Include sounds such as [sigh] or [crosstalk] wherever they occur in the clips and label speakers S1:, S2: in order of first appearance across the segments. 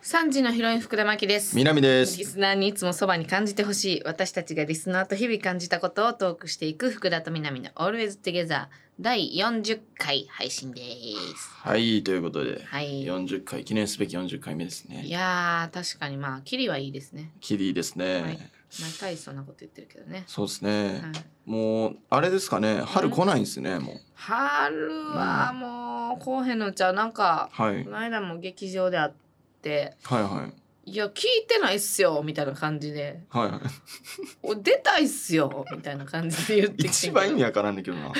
S1: 三時のヒロイン福田真希です。
S2: 南で
S1: リ
S2: す。
S1: スナーにいつもそばに感じてほしい私たちがリスナーと日々感じたことをトークしていく福田と南の Always Together 第40回配信です。
S2: はい、ということで、
S1: はい。
S2: 40回、記念すべき40回目です
S1: い
S2: ね。
S1: やー確かにまあキリはいいですね。
S2: キリですね。
S1: はい毎回そんなこと言ってるけどね。
S2: そうですね。
S1: はい
S2: もう、あれですかね、春来ないんですね、もう。
S1: 春はもう後編のうちはなんか
S2: はい。
S1: この間も劇場であって。
S2: はいはい。
S1: いや聞いてないっすよみたいな感じで
S2: はいはい。
S1: 「お出たいっすよ」みたいな感じで言ってきて
S2: 一
S1: んけど
S2: 番意味わからんねん
S1: [laughs]
S2: けどな。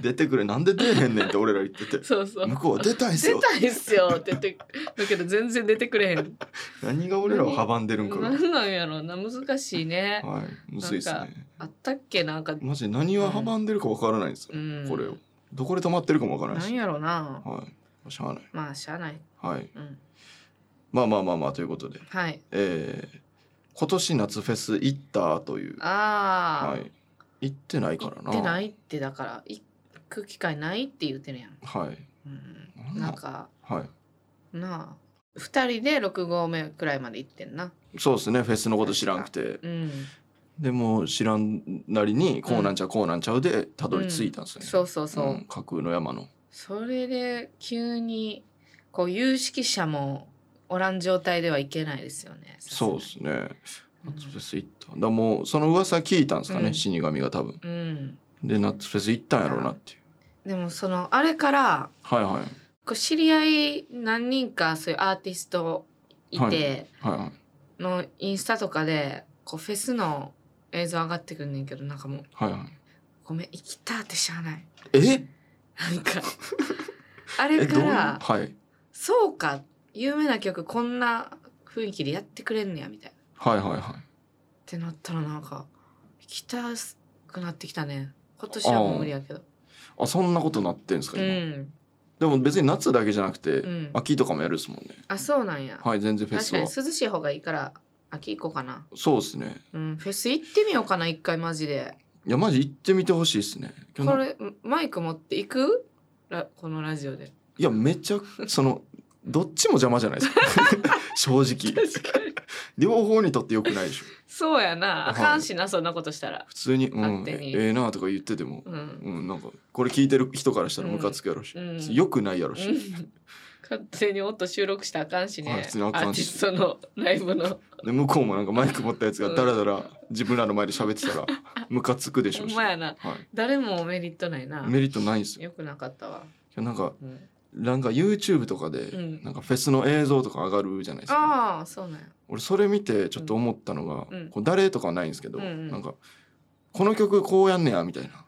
S2: 出てくれ、なんで出えへんねんって俺ら言ってて。
S1: そうそう
S2: 向こうは出たいっす
S1: 出
S2: よ。
S1: たいっすよって言ってだけど全然出てくれへん
S2: 何が俺らを阻んでるんかが。
S1: [laughs] 何なんやろうな難しいね
S2: はい、むずいです
S1: なん
S2: ね。
S1: あったっけなんか
S2: マジで何を阻んでるかわからないんですよ
S1: う。ん
S2: これを。どこで止まってるかもわからない
S1: なん
S2: し。
S1: やろうな
S2: はい。しゃあない。
S1: まあしゃあない
S2: はい。
S1: うん
S2: まあまあまあまあ、ということで。
S1: はい
S2: えー、今年夏フェス行ったという、
S1: ああ、
S2: はい、行ってないか
S1: 行
S2: らな。
S1: ってないってだから行く機会ないって言ってるやん、
S2: はい、
S1: うん、なんか
S2: は
S1: なあ2人で6合目くらいまで行ってんな
S2: はい。そうですね、フェスのこと知らんくて。
S1: うん
S2: でも知らんなりに、こうなんちゃうこうなんちゃうで、たどり着いたんですよね。
S1: そうそうそう、
S2: ん架空の山の。
S1: それで急にこう有識者もおらん状態ではいけないですよね
S2: そうですね。
S1: うん
S2: 夏フェス行った。だからもう、その噂聞いたんですかね、
S1: うん
S2: 死神が多分。
S1: うん、
S2: で、夏フェス行ったんやろうなっていう。
S1: でもそのあれから
S2: はいはい。
S1: こう知り合い何人かそういうアーティストいて
S2: はいはい。
S1: のインスタとかでこうフェスの映像上がってくんねんけどなんかもう
S2: はいはい。
S1: 「ごめん行きたってしゃあない」
S2: え
S1: なんかあ
S2: [laughs] え
S1: れか
S2: どういう
S1: ら
S2: はい。
S1: 「そうか有名な曲こんな雰囲気でやってくれんねや」みたいなっ
S2: はいはいはい。
S1: てなったらなんか行きたくなってきたね今年はもう無理やけど
S2: あ、そんなことなってんですか、
S1: う
S2: 今
S1: ん
S2: でも別に夏だけじゃなくて、
S1: うん
S2: 秋とかもやるですもんね。
S1: あそうなんや
S2: はい、全然フェ
S1: 確
S2: ス
S1: かに
S2: は。
S1: 涼しい方がいいから秋行こうかな
S2: そうですね。
S1: うん、フェス行ってみようかな一回マジで
S2: いや、マジ行ってみてほしいですね。
S1: こ
S2: 今日な
S1: れマイク持っていくラこのラジオで
S2: いや、めっちゃ、その、 [laughs] どっちも邪魔じゃないですか。 [laughs] 正直。
S1: 確かに
S2: 両方にとって良くないでしょ。
S1: そうやな
S2: はい
S1: あかんしな、そんなことしたら
S2: 普通に、うん、
S1: 勝手
S2: え
S1: に
S2: えなとか言ってても、
S1: うん、うん
S2: うん、なんか、これ聞いてる人からしたらムカつくやろし、
S1: うん
S2: 良くないやろし。
S1: 勝手に音収録したらあかんし
S2: は
S1: ね
S2: い普通にあ
S1: ア
S2: か
S1: ー
S2: ん
S1: ティ
S2: し
S1: ストのライブの
S2: で、向こうもなんかマイク持ったやつがダラダラ自分らの前で喋って
S1: [laughs]
S2: たら、ムカつくでし
S1: ほ
S2: ょうんし。
S1: ま
S2: は。
S1: やない誰もメリットないな
S2: メリットないんですよ。
S1: よくなかったわ、
S2: なんか、
S1: うん、
S2: なんか YouTube とかで、
S1: うん
S2: なんかフェスの映像とか上がるじゃないですか。
S1: ああそうなんや
S2: 俺それ見てちょっと思ったのが、
S1: うん
S2: こう誰とかはないんですけど、
S1: うんうん
S2: なんかこの曲こうやんねやみたいな。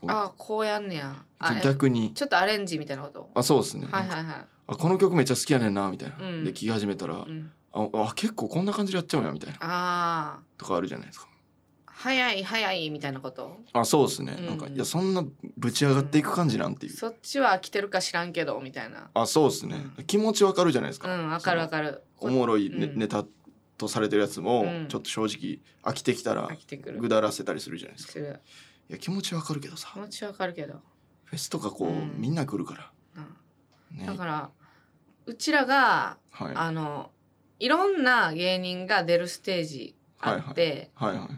S2: こう
S1: ああこうやんねやあえ
S2: 逆に。
S1: ちょっとアレンジみたいなこと
S2: あそうですね、
S1: はい
S2: なんか
S1: はいは
S2: あこの曲めっちゃ好きやねんなみたいな、
S1: うん
S2: で聴き始めたら、
S1: い、うん、
S2: ああ結構こんな感じでやっちゃうんやみたいな
S1: ああ
S2: とかあるじゃないですか
S1: 早い早いみたいなこと
S2: あそうですね、
S1: うん
S2: なんかいやそんなぶち上がっていく感じなんていう、
S1: そっちは飽きてるか知らんけどみたいな
S2: あそうですね、
S1: う
S2: 気持ちわかるじゃないです
S1: う
S2: か、
S1: んわかるわかる
S2: おもろいネ,、
S1: うん
S2: ネタとされてるやつも、
S1: うん
S2: ちょっと正直飽きてきたら
S1: 飽きてくる
S2: ぐだらせたりするじゃないですか
S1: する
S2: いや気持ちわかるけどさ
S1: 気持ちわかるけど、
S2: フェスとかこう、
S1: うん
S2: みんな来るか
S1: う
S2: ら
S1: ん
S2: ね
S1: だからうちらが
S2: はいはい
S1: あのいろんな芸人が出るステージあって、
S2: は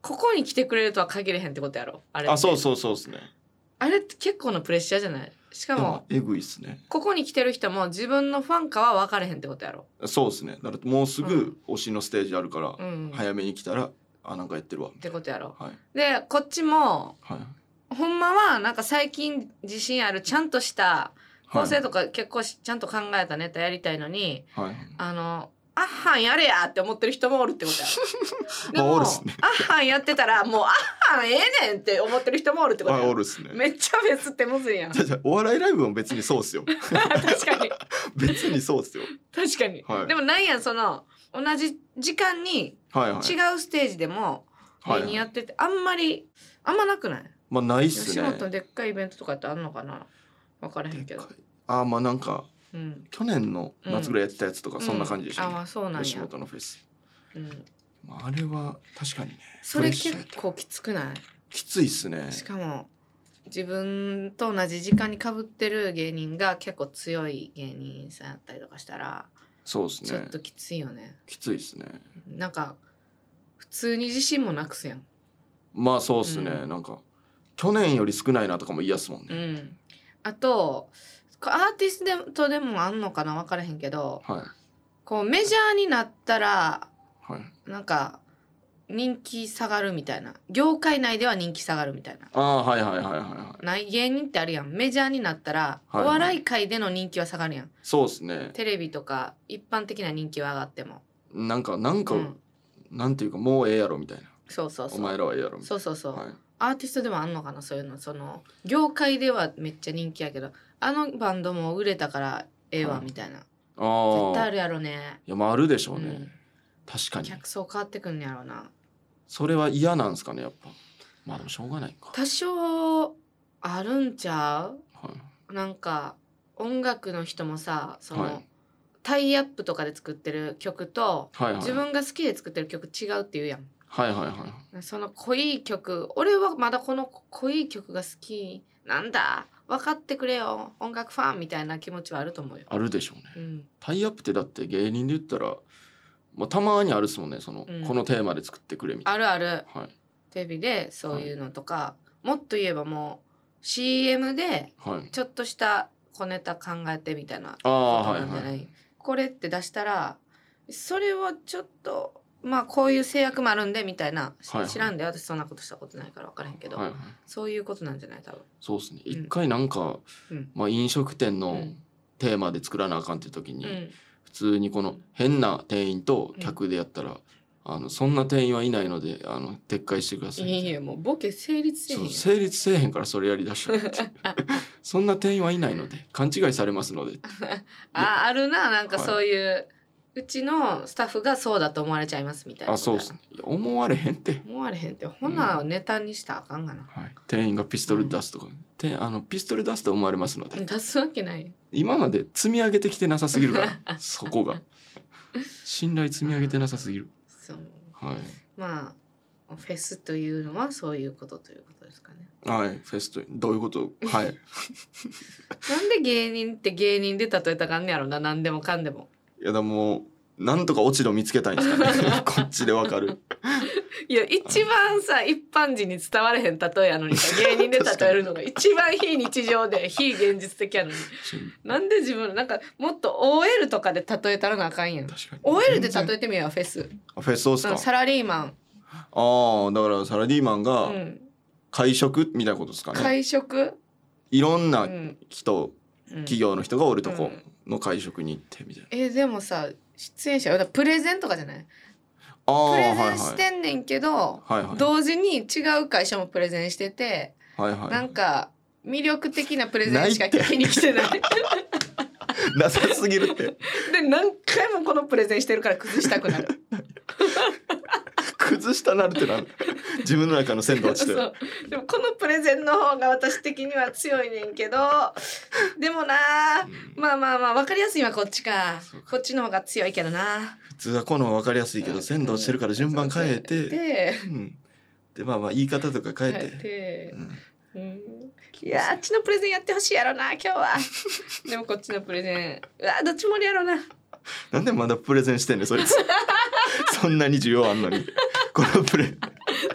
S1: ここに来てくれるとは限れへんってことやろあれ
S2: い
S1: って
S2: あそうそうそうですね
S1: あれって結構のプレッシャーじゃないし
S2: で
S1: か
S2: も
S1: も
S2: えぐいっすね
S1: ここに来てる人も自分のファンかは分かれへんってことやろ、
S2: そうですねだからもうす
S1: うん
S2: ぐ推しのステージあるから、
S1: うん、っ
S2: 早めに来たらあなんかやってるわ
S1: てことやろ
S2: はい
S1: でこっちも
S2: はい
S1: ほんまはなんか最近自信あるちゃんとした構成とか結構しちゃんと考えたネタやりたいのに、
S2: はい、はい、
S1: あのアッハンやれやって思ってる人もおるってことや
S2: [laughs]
S1: で
S2: まあ
S1: も、
S2: お
S1: ア
S2: る
S1: ッ
S2: っすね
S1: ハンやってたらもうアッハンええねんって思ってる人もおるってこと
S2: ま
S1: や
S2: あおるっすね
S1: めっちゃフェスってむずい
S2: [laughs]
S1: やん
S2: じゃ
S1: 確
S2: じゃお笑いライブも別にそう
S1: [laughs]
S2: っすよ
S1: かに
S2: 別にそうっすよ
S1: 確かに、
S2: はい
S1: でもなんやその同じ時間に
S2: はいはい
S1: 違うステージでも
S2: はい
S1: 芸人
S2: はい
S1: やってて、あんまりあんまなくない
S2: まあないっす
S1: 吉
S2: ね
S1: 本のでっかいイベントとかってあんのかな分からへんけ
S2: でっ
S1: ど
S2: かいあまあなんか
S1: うん
S2: 去年の夏ぐらいやってたやつとか、そんな感じでした
S1: うんあ
S2: ね、
S1: あそうなんや
S2: 吉本のフェス、
S1: うん、
S2: まあ、あれは確かにね
S1: それ
S2: プレッシャーや
S1: 結
S2: った
S1: 構きつくない
S2: きついっすね
S1: しかも自分と同じ時間にかぶってる芸人が結構強い芸人さんやったりとかしたら
S2: そうです
S1: ちょっ
S2: ね
S1: ときついよね
S2: きついですね
S1: なんか普通に自信もなくすやん
S2: まあそうですね、
S1: うん
S2: なんか去年より少ないなとかも嫌っすもん
S1: う
S2: ね、
S1: んあとこうアーティストでもあんのかな分からへんけど
S2: はい
S1: こうメジャーになったら
S2: はい
S1: なんか人気下がるみたいな業界内では人気下がるみたいな
S2: ああはいはいはいはいはい
S1: ない芸人ってあるやんメジャーになったら、
S2: はいはい
S1: お笑い界での人気は下がるやん
S2: そうですね
S1: テレビとか一般的な人気は上がっても、
S2: なんかなんか、
S1: うん、
S2: なんていうかもうええやろみたいな
S1: そうそうそう
S2: お前らはええやろみたい
S1: そうそうそう、
S2: なはい
S1: アーティストでもあんのかなそういうのその業界ではめっちゃ人気やけどあのバンドも売れたからええわ
S2: はい
S1: みたいな、絶
S2: あ
S1: 対
S2: あ
S1: あるやろね
S2: いやまああるでしょうね、
S1: うん
S2: 確かに
S1: 客層変わってくんねやろな
S2: それは嫌なんですかねやっぱまあでもしょうがないか、
S1: 多少あるんちゃ
S2: は
S1: うなんか音楽の人もさ
S2: い、
S1: その、
S2: はい
S1: タイアップとかで作ってる曲と
S2: はいはい
S1: 自分が好きで作ってる曲違うって言うやん
S2: はいはいはい
S1: その濃い曲俺はまだこの濃い曲が好きなんだ分かってくれよ音楽ファンみたいな気持ちはあると思うよ。
S2: あるでしょうね
S1: うん、
S2: タイアップってだって芸人で言ったら、まあ、たまにあるっすもんねその、
S1: うん
S2: このテーマで作ってくれみたい
S1: あるある
S2: なはい
S1: テレビでそういうのとか、もっと言えばもう CM で
S2: はい
S1: ちょっとした小ネタ考えてみたいな
S2: ああ
S1: こと
S2: はい
S1: なんじゃな
S2: はい
S1: いこれって出したらそれはちょっとまあこういう制約もあるんでみたいな、し
S2: はいはい
S1: 知らんで私そんなことしたことないから分からへんけど、
S2: はいはい
S1: そういうことなんじゃない多分
S2: そうですね
S1: うん
S2: 一回なんか、
S1: うん
S2: まあ、飲食店
S1: う
S2: の
S1: ん
S2: テーマで作らなあかんって時
S1: う
S2: に、
S1: ん
S2: 普通にこの変な店員と客でやったら、あのそんな店員はいないのであの撤回してくださいみたい
S1: い
S2: な
S1: やいやもうボケ成立せえへん
S2: そう
S1: やん
S2: 成立せえへんからそれやりだしたっていう
S1: [laughs]
S2: そんな店員はいないので勘違いされますので
S1: ああるななんか
S2: はい
S1: そういう、うちのスタッフがそうだと思われちゃいますみたいな
S2: あ
S1: こと
S2: そう
S1: や
S2: っすねいや思われへんって、
S1: 思われへんってほなネタにしたらあかんがな、
S2: はい、店員がピストル出すとか、てあのピストル出すと思われますので
S1: 出すわけない
S2: 今まで積み上げてきてなさすぎるから
S1: [laughs]
S2: そこが信頼積み上げてなさすぎる
S1: そう
S2: はい
S1: まあフェスというのはそういうことということですかね
S2: はいフェストどういうことはい
S1: なんで芸人って芸人で例えたらあかんねやろな何でもかんでも
S2: いやでもなんとか落ち度見つけたいんですかねこっちでわかる
S1: いや一番さ一般人に伝われへん例えやのにさ芸人で
S2: 確
S1: 例
S2: か
S1: え
S2: に
S1: るのが一番非日常で非現実的やのになんで自分なんかもっと OL とかで例えたらなあかんやん
S2: 確かに
S1: OL で
S2: 全
S1: 例
S2: 然
S1: えてみようフェス
S2: あフェストっす
S1: その
S2: か
S1: サラリーマン、
S2: ああだからサラリーマン
S1: う
S2: が
S1: ん、
S2: 会食みたいなことですかね、
S1: 会食、
S2: いろん
S1: う
S2: なん人、
S1: うん
S2: 企業の人がおると
S1: う
S2: こ
S1: ん
S2: の会食に行ってみたいな、
S1: えでもさ出演者だからプレゼンとかじゃない
S2: ああ
S1: プ
S2: はい
S1: レ
S2: は
S1: ゼ
S2: い
S1: ンしてんねんけど、
S2: はいはい
S1: 同時に違う会社もプレゼンしてて、
S2: はいはい
S1: なんか魅力的なプレゼンしか聞きに来てない [laughs]
S2: なさすぎるって
S1: で何回もこのプレゼンしてるから崩したくな
S2: [laughs]
S1: る
S2: 崩したなるってなんか自分の中の鮮度落ちて
S1: そ
S2: る
S1: うでもこのプレゼンの方が私的には強いねんけどでもなあまあまあまあ分かりやすいのはこっちか
S2: そうか
S1: こっちの方が強いけどな
S2: 普通はこの方が分かりやすいけど鮮度落ちてるから順番変えて、
S1: で
S2: うん、でまあまあ言い方とか変えて、
S1: で
S2: うん
S1: うんいやあっちのプレゼンやってほしいやろな今日
S2: [laughs]
S1: はでもこっちのプレゼンうわどっちもりやろな
S2: なんでまだプレゼンしてんねんそい
S1: [laughs]
S2: つそんなに需要あんのにこのプレ通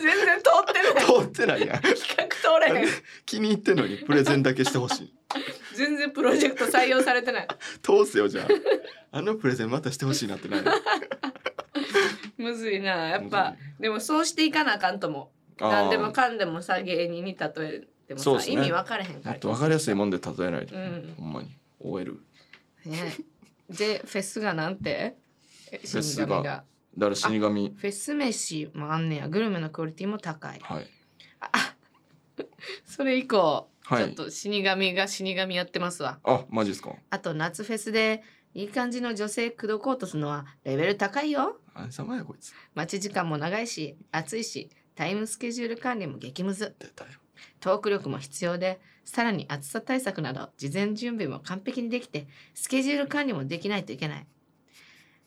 S1: 全然通ってない
S2: ってないやん
S1: [laughs] 企画通れへん
S2: 気に入ってんのにプレゼンだけしてほしい
S1: 全然プロジェクト採用されてない
S2: 通すよじゃああのプレゼンまたしてほしいなってない
S1: むずいなやっぱでもそうしていか [laughs] なあかんとも
S2: あー
S1: 何でもかんでもさ芸人に例えてもさ、
S2: そうっすね
S1: 意味分かれへん
S2: も
S1: か
S2: っと
S1: ら
S2: 分かりやすいもんで例えないと、
S1: うん
S2: ほんまに OL
S1: ねでフェスがなんてえ
S2: フェス
S1: 死
S2: が
S1: 神が
S2: だから死神
S1: フェス飯もあんねやグルメのクオリティも高い
S2: はい
S1: あそれ以降、
S2: はい
S1: ちょっと死神が死神やってますわ
S2: あマジですか
S1: あと夏フェスでいい感じの女性口説こうとするのはレベル高いよ
S2: あれ様やこいつ
S1: 待ち時間も長いし暑いしタイムスケジュール管理も激ムズ
S2: 出たよ
S1: トーク力も必要でさらに暑さ対策など事前準備も完璧にできてスケジュール管理もできないといけない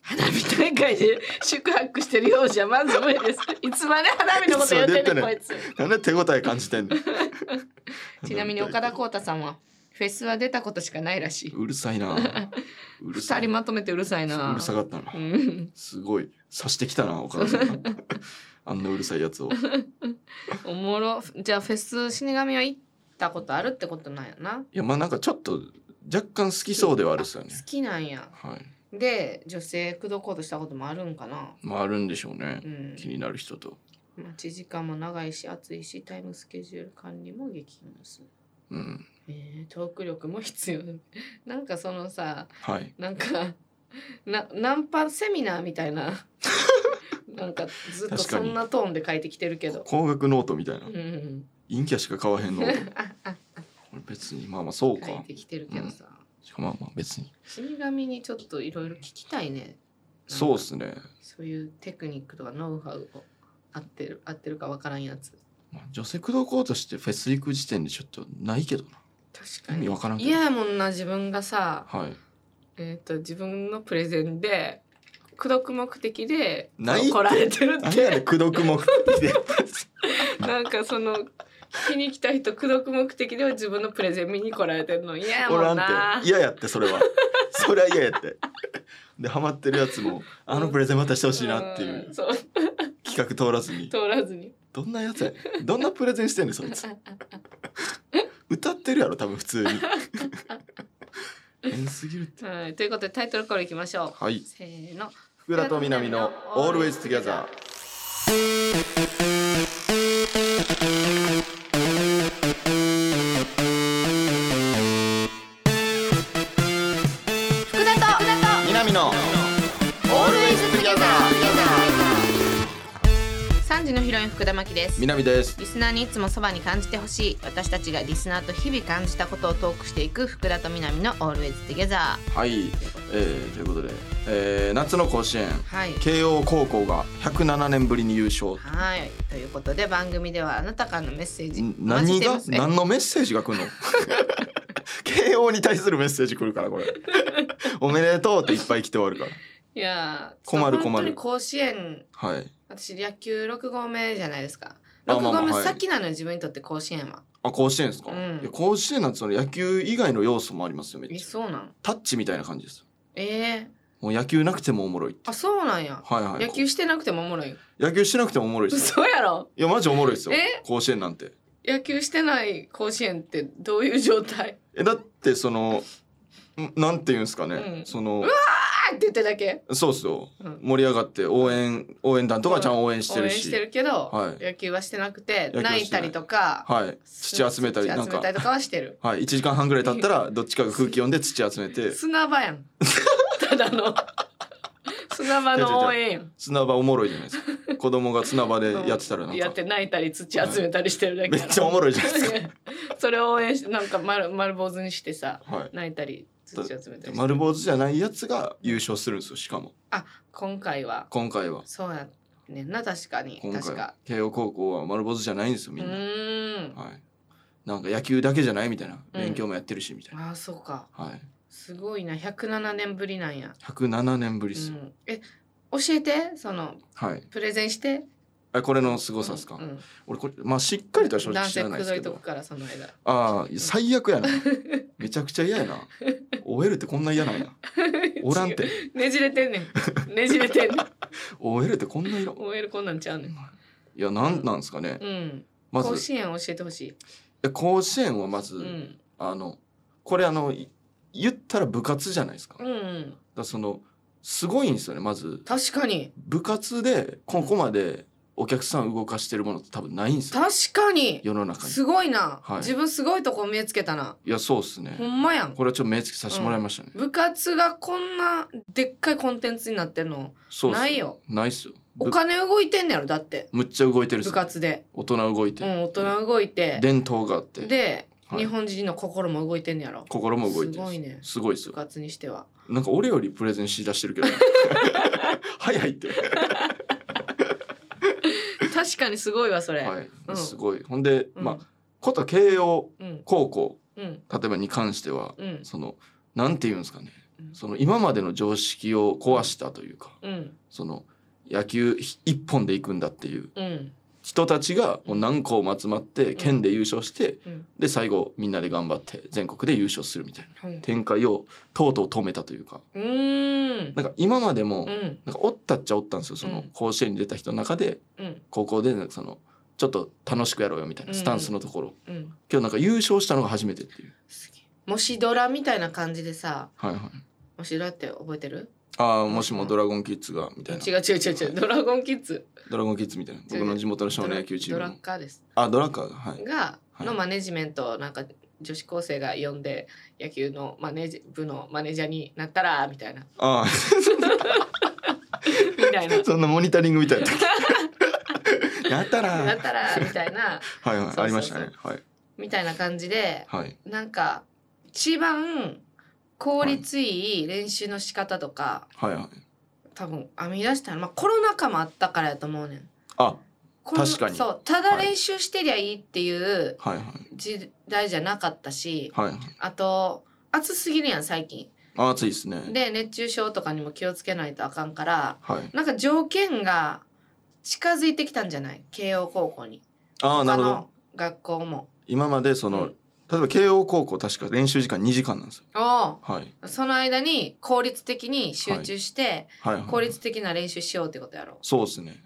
S1: 花火大会で [laughs] 宿泊してるようじゃまず無理です。いつまで花火のことやってるこいつ。
S2: なんで手応え感じ
S1: [laughs]
S2: てんの
S1: ちなみに岡田浩太さんはフェスは出たことしかないらしい。
S2: うるさいなうる
S1: [laughs] 二
S2: さい
S1: 人まとめてうるさいな。
S2: うるさかったな
S1: うん、
S2: すごい刺してきたな岡田さ
S1: [laughs]
S2: んあんなうるさいやつを
S1: おもろ。じゃあフェス死神は行ったことあるってことなんやな。
S2: いやまあなんかちょっと若干好きそうではあるっすよね
S1: 好きなんや。
S2: はい
S1: で女性口説こうとしたこともあるんかな。
S2: まああるんでしょうね
S1: うん。
S2: 気になる人と
S1: 待ち時間も長いし暑いしタイムスケジュール管理も激務です。
S2: うん
S1: えー、トーク力も必要。 [laughs] なんかそのさ。
S2: はい
S1: なんかなナンパセミナーみたいな [laughs] なんかずっと
S2: 確か
S1: そ
S2: に
S1: んなトーンで書いてきてるけど、
S2: 高額ノートみたいな
S1: うんうん
S2: 陰キャしか買わへ
S1: う
S2: ん
S1: [laughs]
S2: の
S1: ん、
S2: 別にまあまあそう
S1: 書い
S2: か
S1: てきてるけどさ、
S2: しかもまあまあ別に
S1: 死神にちょっといろいろ聞きたいね
S2: そうっ
S1: っ
S2: すね
S1: そういうテクニックとかノウハウを合ってる合ってるかわからんやつ
S2: まあ女性口説こうとしてフェス行く時点でちょっとないけどな
S1: 確か
S2: 意
S1: に
S2: 味わからんけど
S1: 嫌やもんな自分がさ、
S2: はい
S1: えー、と自分のプレゼンで口説く目的で
S2: ないって
S1: 来られてるっ
S2: 何や
S1: て
S2: ねん口説く目的で
S1: なんかその聞きに来た人口説く目的では自分のプレゼン見に来られてるの嫌や
S2: お
S1: も
S2: ら
S1: ん
S2: ん
S1: な
S2: て嫌やって
S1: [laughs]
S2: それはそれは嫌やってでハマってるやつもあのプレゼンまたしてほしいなっていうん
S1: そう
S2: 企画通らずに
S1: 通らずに
S2: どんなやつやねんどんなプレゼンしてんねんそ
S1: [laughs]
S2: いつ歌ってるやろ多分普通に変すぎるって
S1: はいということでタイトルコールいきましょう、
S2: はい
S1: せーの
S2: 福田と南の「Always Together」
S1: 福田と福田
S2: 南の「Always Together
S1: と三時のヒロイン福田真希です」
S2: 南です
S1: リスナーにいつもそばに感じてほしい私たちがリスナーと日々感じたことをトークしていく福田と南の Always Together
S2: はい、えー、ということで、えー、夏の甲子園
S1: はい
S2: 慶応高校が107年ぶりに優勝
S1: はいということで番組ではあなたからのメッセージ
S2: ん
S1: お待ちし
S2: 何
S1: て
S2: が
S1: ます
S2: 何のメッセージが来るの [laughs] 慶応に対するメッセージ来るか
S1: [laughs]
S2: らこれおめでとうっていっぱい来て終わるか
S1: いやー
S2: 困る困
S1: 本
S2: る
S1: 当に甲子園
S2: らはい
S1: 私野球6号目じゃないですか
S2: あ
S1: 6
S2: まあま
S1: 号
S2: あ
S1: 目
S2: はい
S1: 先なのよ、自分にとって甲子園は
S2: あ甲子園ですか、
S1: うん
S2: いや甲子園なんてその野球以外の要素もありますよめっ
S1: え
S2: ちゃ
S1: そうなん
S2: タッチみたいな感じです
S1: ええ
S2: もう野球なくてもおもろいって
S1: あそうなんや
S2: はいはい
S1: 野球してなくてもおもろい
S2: 野球しなくてもおもろいです
S1: 嘘やろ
S2: いやマジおもろいですよ
S1: え
S2: 甲子園なんて
S1: 野球してない甲子園ってどういう状態
S2: えだってそのんなんていうんですかね、
S1: うん
S2: その
S1: あーって言ってるだけ
S2: そうっすよ
S1: うん
S2: 盛り上がって応援応援団とかちゃん応援して
S1: 応
S2: る
S1: 援
S2: し
S1: してるけど、
S2: はい
S1: 野球はしてなくて
S2: 野球はしてない
S1: 泣いたりとか、
S2: はい土集めたり
S1: 土
S2: なん
S1: 集め
S2: か
S1: たりとかはしてる
S2: はい、1時間半ぐらい経ったらどっちかが空気読んで土集めて
S1: 砂場や
S2: [laughs]
S1: んただの砂場の応援やん
S2: 砂場おもろいじゃないですか子供が
S1: [laughs]
S2: 砂場でやってたらなん
S1: や
S2: か
S1: って泣いたり土集めたりしてるだけ
S2: め
S1: やろ
S2: っちゃおもろいじゃないですか
S1: [laughs] それを応援してなんか丸丸坊主にしてさ
S2: はい
S1: 泣いたり土集めたりして
S2: 丸坊主じゃないやつが優勝するんですよしかも
S1: あ今回は
S2: 今回は
S1: そうやねんな確かに
S2: 今
S1: 確
S2: 回
S1: か
S2: は慶応高校は丸坊主じゃないんですよ
S1: う
S2: みんな、
S1: ーん
S2: はい、なんか野球だけじゃないみたいな
S1: うん
S2: 勉強もやってるしみたいな、
S1: ああそうか
S2: はい、
S1: すごいな107年ぶりなんや、
S2: 107年ぶり
S1: う
S2: ですよ、
S1: ん、え教えてその
S2: はい
S1: プレゼンして
S2: あこれのすごさですか、
S1: うん
S2: 俺これまあしっかりとは正直
S1: 男
S2: 知
S1: 性
S2: らな
S1: く
S2: いです
S1: ど
S2: け
S1: いと
S2: ど
S1: こからその間 [laughs]
S2: ああ最悪やなめちゃくちゃ嫌やな OL ってこんな嫌なんや [laughs] おらんて
S1: ねじれてんねんねじれてんねん
S2: OL ってこんな色
S1: OL こんなんちゃうねん
S2: いやなんなんですかね、
S1: うん、
S2: ま
S1: 甲
S2: ず
S1: 子園教えてほしい、
S2: え甲子園はまず、
S1: うん
S2: あのこれあのい言ったら部活じゃないですか,、
S1: う
S2: だか
S1: んうん、
S2: らそのすごいんですよねまず
S1: 確かに
S2: 部活でここまでお客さん動かしてるものって多分ないんですよ
S1: 確かに
S2: 世の中に
S1: すごいな、
S2: はい
S1: 自分すごいとこ目つけたない
S2: やそうっすね
S1: ほんまやん
S2: これはちょっと目つけさせてもらいましたね、
S1: 部活がこんなでっかいコンテンツになってんの
S2: そうっす
S1: ないよ
S2: ないっすよ
S1: お
S2: ぶ
S1: 金動いてんねやろだって
S2: むっちゃ動いてるっす
S1: 部活で
S2: 大人動いうて、
S1: ん大人動いて
S2: 伝統があって
S1: で、
S2: はい
S1: 日本人の心も動いてんねやろ
S2: 心も動いてる
S1: すごいね
S2: すごいっ
S1: 部
S2: すよ
S1: 活にしては
S2: なんか俺よりプレゼンしだしてる
S1: [laughs]
S2: けど早いって
S1: 確かにすごいわそれ、
S2: はい、
S1: うん
S2: すごいほんで、
S1: うん
S2: まあこと慶応
S1: うん
S2: 高校
S1: うん
S2: 例えばに関しては、
S1: うん
S2: そのなんていうんですかね
S1: うん
S2: その今までの常識を壊したというか
S1: うん
S2: その野球一本で行くんだっていう
S1: うん
S2: 人たちがもう何校も集まって県で優勝して
S1: うん
S2: で最後みんなで頑張って全国で優勝するみたいな
S1: はい
S2: 展開をとうとう止めたというか
S1: うーん
S2: なんか今まで
S1: う
S2: も
S1: ん
S2: なんかおったっちゃおったんですよそうの
S1: ん
S2: 甲子園に出た人の中で
S1: うん
S2: 高校でなんかそのちょっと楽しくやろうよみたいなスタンスのところ
S1: うん
S2: けどなんか優勝したのが初めてっていう。
S1: すげえもしドラみたいな感じでさ
S2: はいはい
S1: もしドラって覚えてる
S2: ああもしもドラゴンキッズがみたいな
S1: 違う違う違う違うドラゴンキッズ
S2: ドラゴンキッズみたいな僕の地元の少
S1: ド
S2: 年
S1: ラ
S2: 野球チー
S1: ド
S2: ム
S1: ラ
S2: の
S1: ッカーです
S2: あドラッカーがはい
S1: が、
S2: はい
S1: のマネジメントをなんか女子高生が呼んで野球のマネージ部のマネージャーになったらみたい
S2: [laughs]
S1: な
S2: あ
S1: みたいな
S2: [laughs] あそんなモニタリングみたいなやったら
S1: なったらみたいな
S2: はい
S1: そうそ
S2: はい
S1: うそう
S2: ありましたねはい
S1: みたいな感じで
S2: はい
S1: なんか一番効率いい練習の仕方とか、
S2: はいはい
S1: 多分編み出したの、まあ、コロナ禍もあったからやと思うねん。
S2: あ
S1: コロナ
S2: 確かに
S1: そうただ
S2: はい
S1: 練習してりゃいいっていう
S2: はいはい
S1: 時代じゃなかったし、
S2: はいはい
S1: あと暑すぎるやん最近。
S2: あ暑いですね
S1: で熱中症とかにも気をつけないとあかんから
S2: はい
S1: なんか条件が近づいてきたんじゃない慶応高校に
S2: ああなるほど
S1: の学校も
S2: 今までその、
S1: うん
S2: 例えば慶応高校確か練習時間2時間なんですよ
S1: お
S2: はい
S1: おその間に効率的に集中して
S2: はい、はい、
S1: 効率的な練習しようってことやろ
S2: そうですね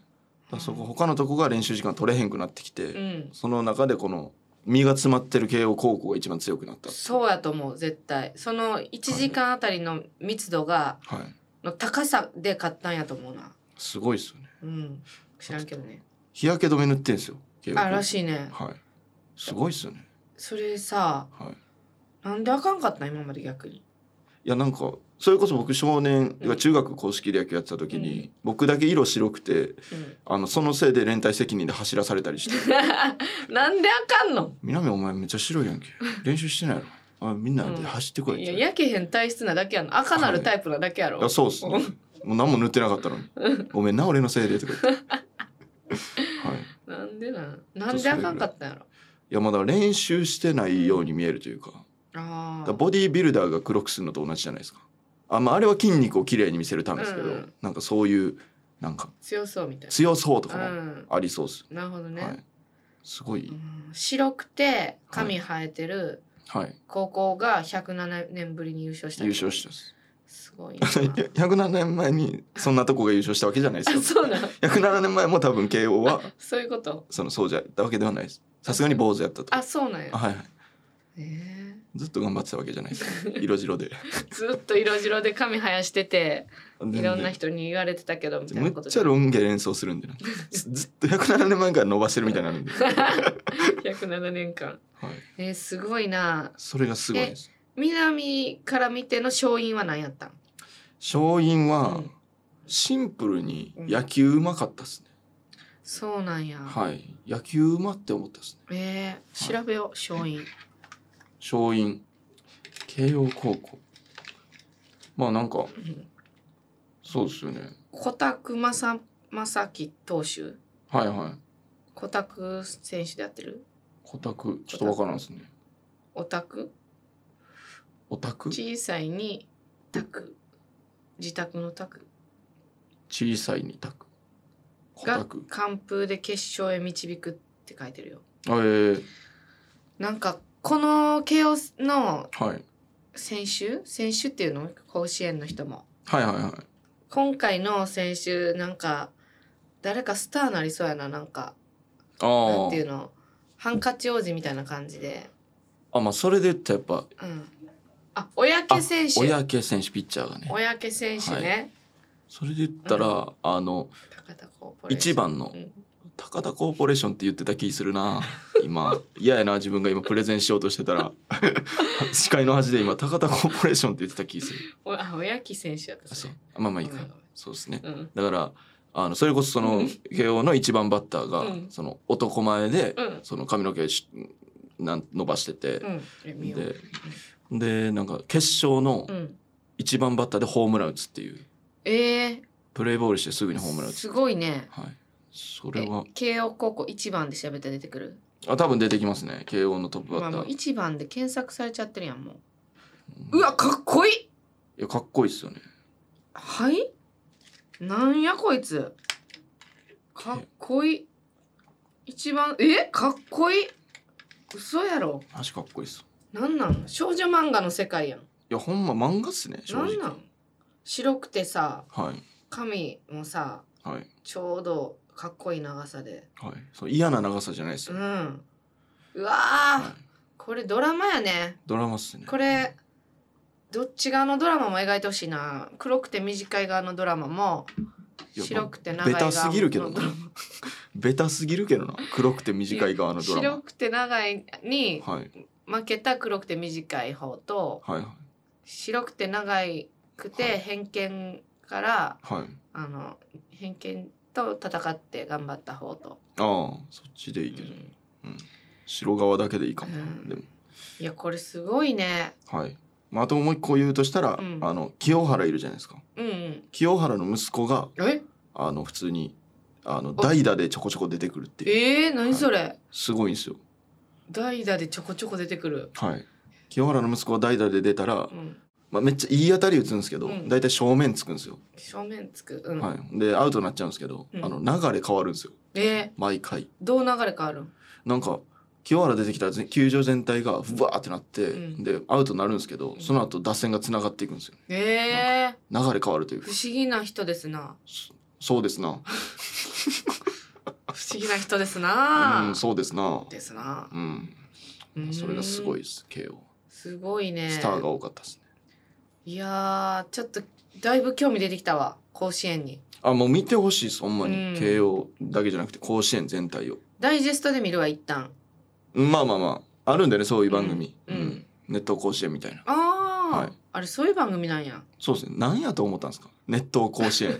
S2: だからそこ他のとこが練習時間取れへんくなってきて、
S1: うん
S2: その中でこの身が詰まってる慶応高校が一番強くなったってい
S1: そうやと思う絶対その1時間あたりの密度が
S2: はい
S1: の高さで買ったんやと思うな
S2: すごいですよね
S1: うん知らんけどね
S2: 日焼け止め塗ってんですよ慶応高
S1: あ
S2: 校
S1: らしいね
S2: はいすごいですよね
S1: それさ
S2: はい
S1: なんであかんかったん今まで逆に
S2: いやなんかそれこそ僕少年
S1: うん
S2: が中学公式で野球やってた時
S1: う
S2: に、僕だけ色白くて
S1: うん
S2: あのそのせいで連帯責任で走らされたりして [laughs]
S1: なんであかんの
S2: 「南お前めっちゃ白いやんけ練習してないやろあみんなで走ってこい」
S1: い
S2: っ
S1: や
S2: て、い
S1: 焼けへん体質なだけやの赤なるタイプなだけやろ、
S2: やそうっす
S1: [laughs]
S2: ねもう何も塗ってなかったのに「ごめんな俺のせいで」とか
S1: [laughs]
S2: 言ってはい
S1: なんでなんなんであかんかったんやろ
S2: いやまだ練習してないように見えるというか
S1: あ
S2: だか
S1: ー
S2: らボディービルダーが黒くするのと同じじゃないですかあ,、まあ、あれは筋肉をきれいに見せるためですけど、
S1: うん
S2: なんかそういうなんか
S1: 強そうみたい
S2: 強そうとか
S1: なう
S2: も
S1: ん
S2: ありそうです、
S1: なるほどね、
S2: はい、すごい、
S1: うん白くて髪生えてる
S2: はい、
S1: 高校が107年ぶりに優勝した
S2: 優勝したっす [laughs]
S1: すごいな
S2: 107年前にそんなとこが優勝したわけじゃないで
S1: あ
S2: す
S1: そうなん
S2: よ107年前も多分慶応は
S1: そういうこと
S2: そのそうじゃったわけではないですさすがに坊主やったと
S1: あそうなんや
S2: あはいはい
S1: え
S2: ずっと頑張ってたわけじゃないです
S1: [laughs]
S2: 色白で
S1: ー、ずっと色白で髪生やしてて
S2: 全
S1: い
S2: 然
S1: ろんな人に言われてたけどみたい
S2: む
S1: な
S2: っ
S1: こと
S2: ちゃロン毛連想するんでな
S1: [laughs]
S2: ずずっと107年前から伸ばしてるみたいになるんで、はい、
S1: 107年間えー、すごいな
S2: それがすごいです
S1: 南から見ての勝因は何やったん
S2: 勝因は、
S1: うん
S2: シンプルに野球うまかったですね、
S1: そうなんや、
S2: はい野球うまって思ったですね
S1: えー、調べよう勝因
S2: 勝因慶応高校まあなんかそうですよね
S1: 小田熊さ正樹投手
S2: はいはい
S1: 小田久選手でやってる
S2: オタクちょっとわからんですね
S1: オタク
S2: オタク
S1: 小さいにタク自宅のタク
S2: 小さいにタクオタ
S1: が
S2: ク
S1: 完封で決勝へ導くって書いてるよ
S2: えー、
S1: なんかこの慶応の
S2: はい
S1: 選手選手っていうの甲子園の人も
S2: はいはいはい
S1: 今回の選手なんか誰かスターなりそうやななんか
S2: あ
S1: なんてい
S2: ー
S1: うのハンカチ王子みたいな感じで、
S2: あまあそれで言ったらやっぱ
S1: うん、あ小宅選手
S2: 小宅選手ピッチャーがね
S1: 小宅選手ね、
S2: それで言ったら、
S1: う
S2: あの
S1: 高田コーポレーション
S2: 一番の
S1: うん
S2: 高田コーポレーションって言ってた気するな今嫌やな自分が今プレゼンしようとしてたら [laughs] 視界の端で今高田コーポレーションって言ってた気する
S1: おあ小宅選手やった
S2: あそ
S1: そうれ
S2: まあまあいいか
S1: ごめんごめん
S2: そうですね
S1: うん
S2: だからあのそれこそその
S1: うん
S2: 慶応の一番バッターが、
S1: うん
S2: その男前で、
S1: うん
S2: その髪の毛しなん伸ばしてて
S1: う、んえ見よう
S2: ででなんか決勝の
S1: うん
S2: 一番バッターでホームラン打つっていう
S1: え
S2: プレーボールしてすぐにホームラン
S1: ー、
S2: 打つ
S1: すごいね
S2: はいそれは
S1: え慶応高校一番で調べたら出てくる
S2: あ多分出てきますね慶応のトップバ
S1: まあ
S2: ッタ
S1: も
S2: ー
S1: う、一番で検索されちゃってるやんも
S2: う
S1: う
S2: ん
S1: うわかっこいい
S2: いやかっこいいっすよね
S1: はいなんやこいつかっこいい一番えかっこいい嘘やろ
S2: マジかっこいいっす
S1: なんなん少女漫画の世界やん
S2: いやほんま漫画っすね正
S1: な
S2: 直
S1: んなん白くてさ
S2: はい
S1: 髪もさ
S2: はい
S1: ちょうどかっこいい長さで
S2: はいそう嫌な長さじゃないっす
S1: う
S2: よ、
S1: んうわー、
S2: はい、
S1: これドラマやね
S2: ドラマっすね
S1: これどっち側のドラマも描いてほしいな黒くて短い側のドラマも
S2: いや
S1: 白くて長い
S2: ベ
S1: 側のド
S2: タ
S1: ラ
S2: す
S1: マ
S2: ぎるけどな [laughs] ベタすぎるけどな黒くて短い側のドラ
S1: 白くて長いに
S2: マはい
S1: 負けた黒くて短い方と
S2: はい
S1: 白くて長くて偏見から
S2: はい
S1: あの偏見と戦って頑張った方と、
S2: ああそっちでいいけど、うん、白側だけでいいかも、
S1: うん
S2: でも
S1: いやこれすごいね
S2: はい、まあ、あともう一個言うとしたら、
S1: うん
S2: あの清原いるじゃないですか
S1: うんうん
S2: 清原の息子が
S1: え
S2: あの普通にあの代打でちょこちょこ出てくるっていう
S1: えー、何それ
S2: すごいんですよ
S1: 代打でちょこちょこ出てくる、
S2: はい清原の息子が代打で出たら
S1: う、ん、
S2: まあ、めっちゃいい当たり打つんですけど、
S1: うん
S2: 大体正面つくんですよ、
S1: 正面つく、うん
S2: はい、でアウトになっちゃうんですけど、
S1: うん
S2: あの流れ変わるんですよ
S1: え
S2: 毎回
S1: ー、どう流れ変わるん
S2: なんか清原出てきたらぜ球場全体がふわーってなって、
S1: うん
S2: でアウトになるんですけど
S1: ん
S2: その後打線がつながっていくんですよ
S1: えー、
S2: 流れ変わるという
S1: 不思議な人ですな
S2: そうですな
S1: 不思議な人ですな、
S2: うんそうですな
S1: ですな
S2: うんそれがすごいです慶応
S1: すごいね
S2: スターが多かったですね
S1: いやーちょっとだいぶ興味出てきたわ甲子園に
S2: あもう見てほしいですほんま
S1: うん
S2: に慶応だけじゃなくて甲子園全体を
S1: ダイジェストで見るわ一旦
S2: うんまあまあまああるんだよねそういう番組
S1: うんうん
S2: ネット甲子園みたいな
S1: ああ、
S2: はい
S1: あれそういう番組なんや
S2: そうですね何やと思ったんですかネット甲子園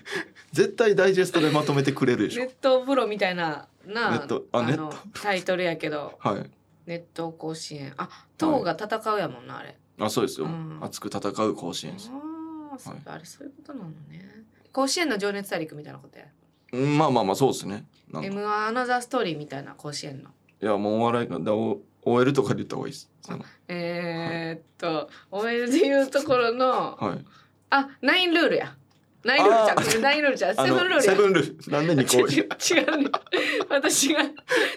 S2: [laughs] 絶対ダイジェストでまとめてくれるでしょ
S1: 熱湯風呂みたいなな
S2: ネットあ
S1: の
S2: 熱湯
S1: タイトルやけど
S2: はい
S1: 熱湯甲子園あ党が戦うやもんなあれ
S2: あそうですよ、
S1: うん
S2: 熱く戦う甲子園です、
S1: ああそうかあれそういうことなのね甲子園の情熱大陸みたいなことや
S2: うん、まあまあまあそうですねなんか
S1: M1 アナザーストーリーみたいな甲子園の
S2: いやもうお笑いがだお OL とかで言った方がいいですその
S1: えー、っと、おめでいうところの、
S2: はい
S1: あ、ナインルールや。ナインルールじゃん、ナインルールじゃん、セ
S2: あ
S1: ブ
S2: の
S1: ンルール
S2: セ
S1: や。
S2: ブンルールなんで二個多い
S1: [laughs] 違う違うね私が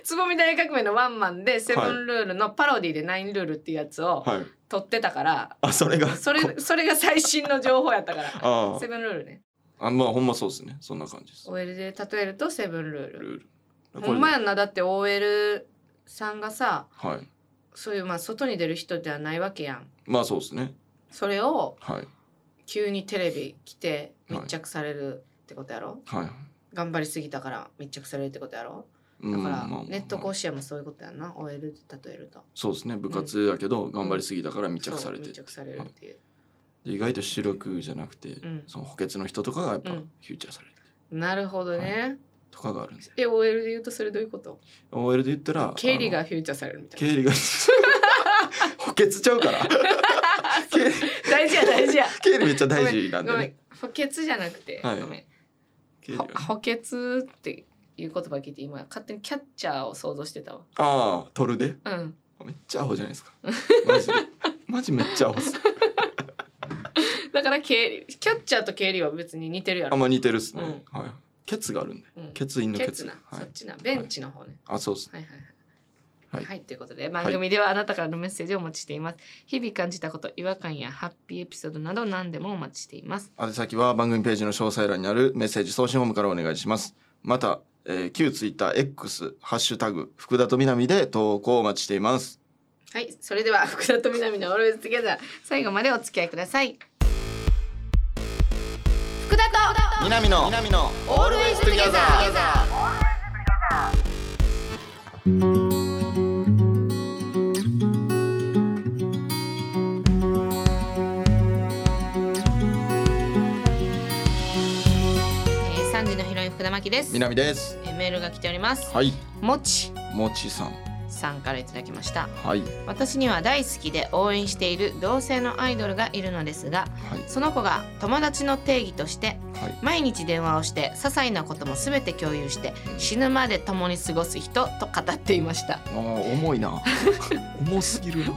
S1: つぼみ大革命のワンマンでセブンルールのパロディでナインルールっていうやつを
S2: はい
S1: 撮ってたから、
S2: あそれが
S1: それそれが最新の情報やったから
S2: あ
S1: セブンルールね
S2: ああまあほんまそうですねそんな感じです
S1: OL で例えるとセブンルール
S2: ルール
S1: ほんまやんなだって OL さんがさ
S2: はい
S1: そういうまあ外に出る人ではないわけやん
S2: まあそうですね
S1: それを
S2: はい
S1: 急にテレビ来て
S2: はい
S1: 密着されるってことやろ、
S2: はい
S1: 頑張りすぎたから密着されるってことやろ
S2: う
S1: だ
S2: ん
S1: か
S2: まあまあ
S1: らネット甲子園もそういうことやな OL で例えると
S2: そうですね部活だけど頑張りすぎたから密着
S1: そ
S2: さ
S1: う
S2: れて
S1: 密着されるっていう、
S2: 意外と主力じゃなくて、
S1: ん
S2: その補欠の人とかがやっぱ
S1: う
S2: フ
S1: ん
S2: ューチャーされる
S1: なるほどね、
S2: とかがあるんで
S1: え OL で言うとそれどういうこと
S2: OL で言ったら
S1: 経理
S2: あ
S1: が
S2: の
S1: フューチャーされるみたいな
S2: 経理が [laughs] 補欠ちゃうから
S1: [laughs]
S2: 経理
S1: 大事や大事や
S2: 経理めっちゃ大事なんで
S1: ごめん
S2: ね
S1: 補欠じゃなくて、
S2: はい
S1: ごめん
S2: 経理
S1: ほ
S2: は
S1: 補欠っていう言葉聞いて今勝手にキャッチャーを想像してたわ
S2: ああ取るで
S1: うん
S2: めっちゃアホじゃないですかマジでマジめっちゃアホっす
S1: だから経理キャッチャーと経理は別に似てるや
S2: あん
S1: ろ、
S2: ま似てるっすね、
S1: う
S2: はいケツがあるんで
S1: うん、
S2: ケツインの
S1: ケ
S2: ケ
S1: ツ
S2: ツ
S1: な、
S2: は
S1: そ
S2: い
S1: っちなベンチの方ね、
S2: あそうっすね
S1: はい、はいは
S2: はいい
S1: はいということで番組ではあなたからのメッセージをお待ちしています、日々感じたこと違和感やハッピーエピソードなど何でもお待ちしています
S2: 宛先は番組ページの詳細欄にあるメッセージ送信フォームからお願いしますまた、えー、旧ツイッター X ハッシュタグ福田と南で投稿をお待ちしています
S1: はいそれでは [laughs] 福田と南のオールウェイズトゥゲザー最後までお付き合いください福田と
S2: 南の南の
S1: オールウェイズトゥゲザーえー三時のヒロイン福田真希です
S2: 南です
S1: えーメールが来ております
S2: はい
S1: もち
S2: もちさん
S1: さんからいただきました
S2: はい
S1: 私には大好きで応援している同性のアイドルがいるのですが
S2: はい
S1: その子が友達の定義として
S2: はい
S1: 毎日電話をして些細なことも全て共有して死ぬまで共に過ごす人と語っていました [laughs]
S2: あー重いな重すぎるな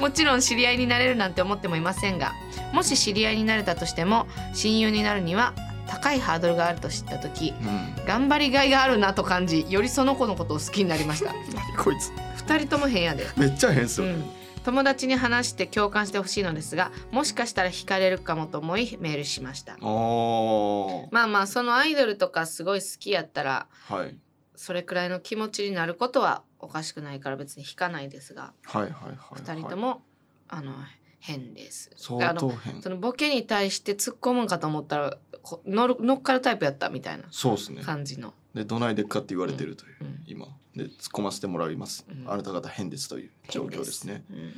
S1: もちろん知り合いになれるなんて思ってもいませんがもし知り合いになれたとしても親友になるには高いハードルがあると知った時
S2: うん
S1: 頑張りがいがあるなと感じよりその子のことを好きになりました
S2: こいつ
S1: 二人とも変やで、
S2: めっちゃ変っす
S1: う
S2: よ、ね
S1: ん、友達に話して共感してほしいのですがもしかしたら惹かれるかもと思いメールしました
S2: あー
S1: まあまあそのアイドルとかすごい好きやったら
S2: はい
S1: それくらいの気持ちになることはおかしくないから別に引かないですが
S2: はいはいはい、は
S1: 二
S2: い、
S1: 人とも、あの変ですあ
S2: 相
S1: の
S2: 当変
S1: そのボケに対して突っ込むんかと思ったらこ乗る乗っかるタイプやったみたいな
S2: そうですね
S1: 感じの、
S2: でどないでっかって言われてるという、
S1: うん
S2: 今で突っ込ませてもらいます、
S1: うん
S2: あなた方変ですという状況ですね
S1: 変です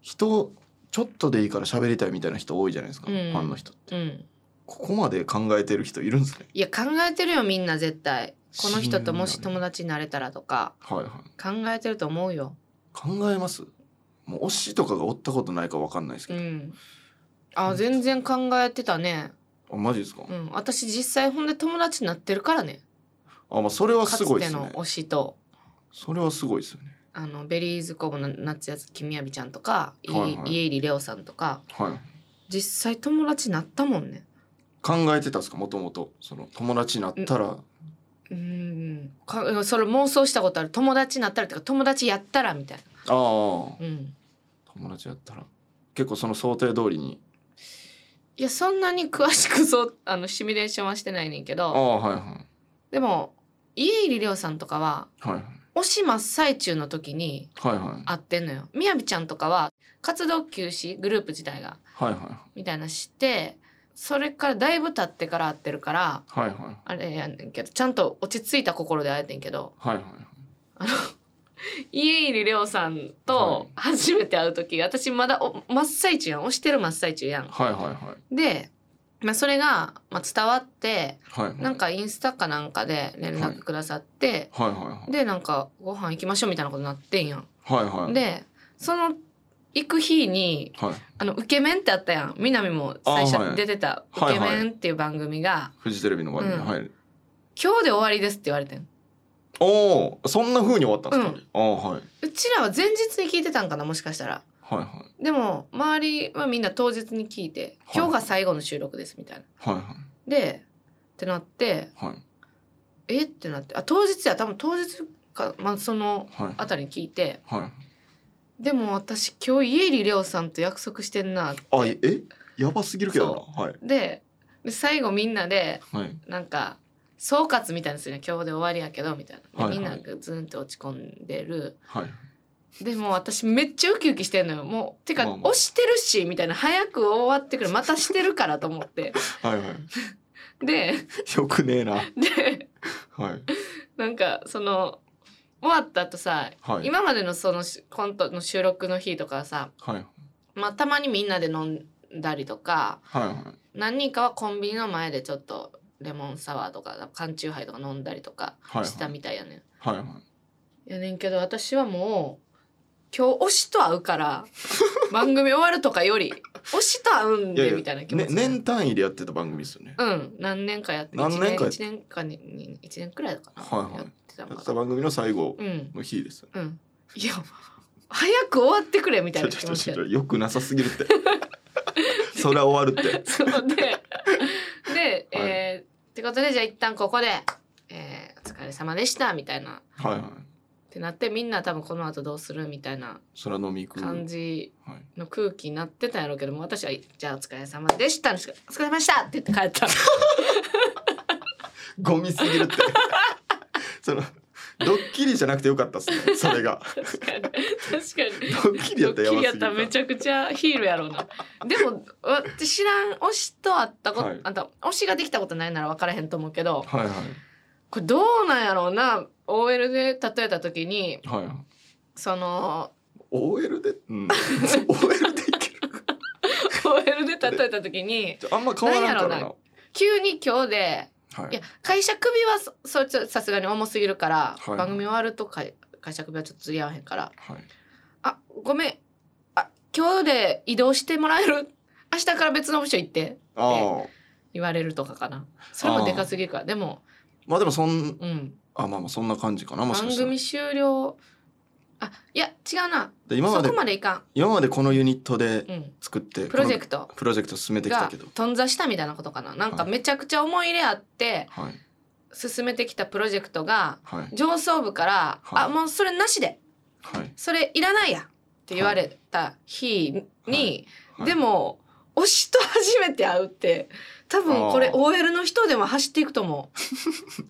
S2: 人ちょっとでいいから喋りたいみたいな人多いじゃないですか、
S1: うん
S2: ファンの人って
S1: うん、うん、
S2: ここまで考えてる人いるんですね
S1: いや考えてるよみんな絶対この人ともし友達になれたらとか
S2: はいはい
S1: 考えてると思うよ
S2: 考えますもう推しとかがおったことないかわかんないです
S1: う
S2: けど、
S1: んあ全然考えてたね
S2: あマジですか、
S1: うん私実際ほんで友達になってるからね
S2: あまあそれは
S1: か
S2: すご
S1: つ
S2: い
S1: て
S2: です
S1: の
S2: ね
S1: 推しと
S2: それはすごいですよね
S1: あのベリーズコブの夏やつきみやびちゃんとか、い
S2: はいはい
S1: 家入レオさんとか
S2: はい
S1: 実際友達になったもんね
S2: 考えてたんですかもともとその友達になったら、
S1: うんかそれ妄想したことある友達になったらっていうか友達やったらみたいな
S2: ああ友
S1: うん
S2: 達やったら結構その想定通りに
S1: いやそんなに詳しくそうあのシミュレーションはしてないねんけ
S2: あ
S1: ど
S2: あはいはい
S1: でも家入レオさんとかは
S2: はいはい
S1: 推し真っ最中の時に
S2: はいはい
S1: 会ってんのよみやびちゃんとかは活動休止グループ自体が
S2: はいは
S1: みたいなしてそれからだいぶ経ってから会ってるから
S2: いはいはい
S1: あれやねんけどちゃんと落ち着いた心で会えてんけど
S2: はいはい
S1: 家入涼さんと初めて会う時、私まだお真っ最中やん押してる真っ最中やん。
S2: はいは
S1: で、まあ、それが、まあ、伝わって
S2: いはいはい
S1: なんかインスタかなんかで連絡くださって、
S2: はいはい
S1: でなんかご飯行きましょうみたいなことになってんやん。
S2: はいはいはい
S1: でその行く日に
S2: はい
S1: あの「ウケメン」ってあったやん南も最
S2: あはい
S1: 初出てた「ウ
S2: はいはい
S1: ケメン」っていう番組が、
S2: フジテレビの番組
S1: うん
S2: はい
S1: 今日で終わりです」って言われてん
S2: おおそんな風に終わったんですかああはいう
S1: ちらは前日に聞いてたんかなもしかしたら
S2: はいはい
S1: でも周りはみんな当日に聞いて「
S2: はい
S1: 今日が最後の収録です」みたいな。
S2: はい
S1: でってなって
S2: はいはい
S1: 「えっ?」てなってあ当日や多分当日か、まあ、その
S2: はい
S1: あたりに聞いて
S2: はい
S1: 「でも私今日家入りょうさんと約束してんな」
S2: あええやばすぎるけどなはい
S1: でで最後みんなで
S2: はい
S1: なんか総括みたいなのするね今日で終わりやけどみたいな、
S2: はい
S1: でみんな
S2: はい
S1: がずんって落ち込んでる
S2: はい
S1: でも私めっちゃウキウキしてんのよもうてか、
S2: まあまあ
S1: 押してるしみたいな早く終わってくるまたしてるからと思って
S2: はいは
S1: で
S2: いよくねえな
S1: で
S2: はい
S1: なんかその終わった後さ、
S2: はい
S1: 今までのそのしコントの収録の日とかはさ、
S2: はい
S1: まあ、たまにみんなで飲んだりとか
S2: はいはい
S1: 何人かはコンビニの前でちょっとレモンサワーとか缶チューハイとか飲んだりとか
S2: はい
S1: したみたいやねん、
S2: はいはい
S1: やねんけど私はもう今日推しと会うから [laughs] 番組終わるとかより推しと会うん
S2: い
S1: で
S2: やいや
S1: みたいな気持
S2: ね
S1: ち、
S2: 年単位でやってた番組ですよね
S1: うん何年かやって
S2: 何年かやって
S1: 1年かに1年くらいかな、
S2: はいはい
S1: やってた
S2: や
S1: の
S2: ってた
S1: かな
S2: 番組の最後
S1: うん
S2: の日ですよね
S1: うん、いや早く終わってくれみたいな気
S2: ちょち
S1: 持
S2: ょ
S1: ち
S2: ちょ
S1: で
S2: ちょよくなさすぎる [laughs] ってそれは終わるって
S1: そう
S2: [laughs]
S1: でで、えーってことでじゃあ一旦ここで、えー「お疲れ様でした」みたいなっ
S2: はいはい
S1: てなってみんな多分この後どうするみたいな
S2: それは飲み行く
S1: 感じ
S2: はい
S1: の空気になってたんやろうけども私は「じゃあお疲れ様でした」お疲れ様でした」って言って帰った
S2: ゴミす
S1: [laughs]
S2: ぎるってそのドッキリじゃなくてよかったっすねそれが
S1: 確かに確かに。
S2: ドッキリ
S1: ド
S2: やった
S1: ッ
S2: ら
S1: キリやっ
S2: やばすぎ
S1: たらめ
S2: る
S1: ちゃくちゃヒールやろうなでも私知らん推しと会ったこと、
S2: はい
S1: あんた推しができたことないなら分からへんと思うけど、
S2: はいはい
S1: これどうなんやろうな OL で例えた時に
S2: はいはい
S1: その
S2: OL でうん [laughs] OL でいける
S1: OL で例えた時に
S2: あんま変わらんか
S1: な
S2: ら
S1: んや
S2: な
S1: ろ急に今日で
S2: はい
S1: や会社首はそそいつさすがに重すぎるから、
S2: はい
S1: 番組終わると会会社首はちょっと釣り合わへんから
S2: はい
S1: あごめんあ今日で移動してもらえる [laughs] 明日から別の部署行って
S2: ああ
S1: 言われるとかかなそれもでかすぎるからでも
S2: まあでもそん
S1: うん
S2: あまあまあそんな感じかなもしか
S1: 番
S2: したら
S1: 組終了あいや違うな
S2: で今まで
S1: そこまでいか
S2: 今までこのユニット
S1: ん、
S2: で
S1: うん、
S2: 作って
S1: プロジェ
S2: ト
S1: クト
S2: プロジェクト進めてきた
S1: が
S2: けど、
S1: 頓挫したみたいなことかななんか
S2: はい
S1: めちゃくちゃ思い入れあって
S2: はい
S1: 進めてきたプロジェクトが
S2: はい
S1: 上層部から「
S2: はい
S1: あもうそれなしで
S2: はい、
S1: それいらないや」って言われた日に、
S2: はい
S1: でも推しと初めて会うって多分これ
S2: あー
S1: OL の人でも走っていくと思